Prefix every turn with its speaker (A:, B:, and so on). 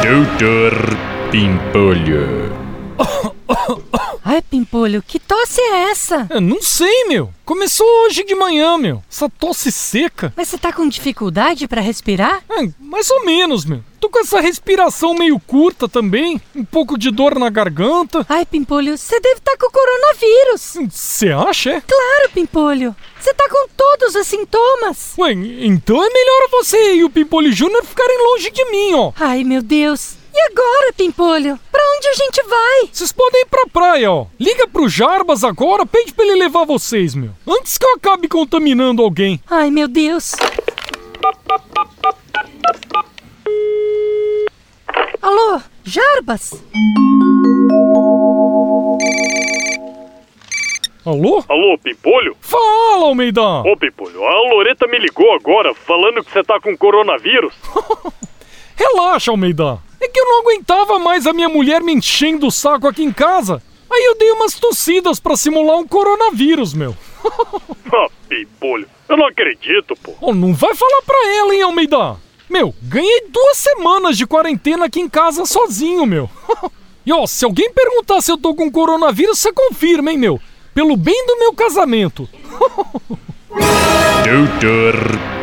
A: Doutor Pimpolho.
B: Ai, Pimpolho, que tosse é essa?
C: Eu não sei, meu. Começou hoje de manhã, meu. Essa tosse seca.
B: Mas você tá com dificuldade pra respirar?
C: É, mais ou menos, meu. Tô com essa respiração meio curta também. Um pouco de dor na garganta.
B: Ai, Pimpolho, você deve estar com coronavírus.
C: Você acha, é?
B: Claro, Pimpolho. Você tá com todos os sintomas.
C: Ué, então é melhor você e o Pimpolho Júnior ficarem longe de mim, ó.
B: Ai, meu Deus. E agora, Pimpolho? Pra onde a gente vai?
C: Vocês podem ir pra praia, ó. Liga pro Jarbas agora, pede pra ele levar vocês, meu. Antes que eu acabe contaminando alguém.
B: Ai, meu Deus. Alô, Jarbas?
C: Alô?
D: Alô, Pimpolho?
C: Fala, Almeida!
D: Ô, Pimpolho, a Loreta me ligou agora falando que você tá com coronavírus.
C: Relaxa, Almeida. É que eu não aguentava mais a minha mulher me enchendo o saco aqui em casa. Aí eu dei umas tossidas pra simular um coronavírus, meu.
D: Ah, Pimpolho, eu não acredito, pô.
C: Oh, não vai falar pra ela, hein, Almeida? Meu, ganhei duas semanas de quarentena aqui em casa sozinho, meu. e ó, se alguém perguntar se eu tô com coronavírus, você confirma, hein, meu? Pelo bem do meu casamento.
A: Doutor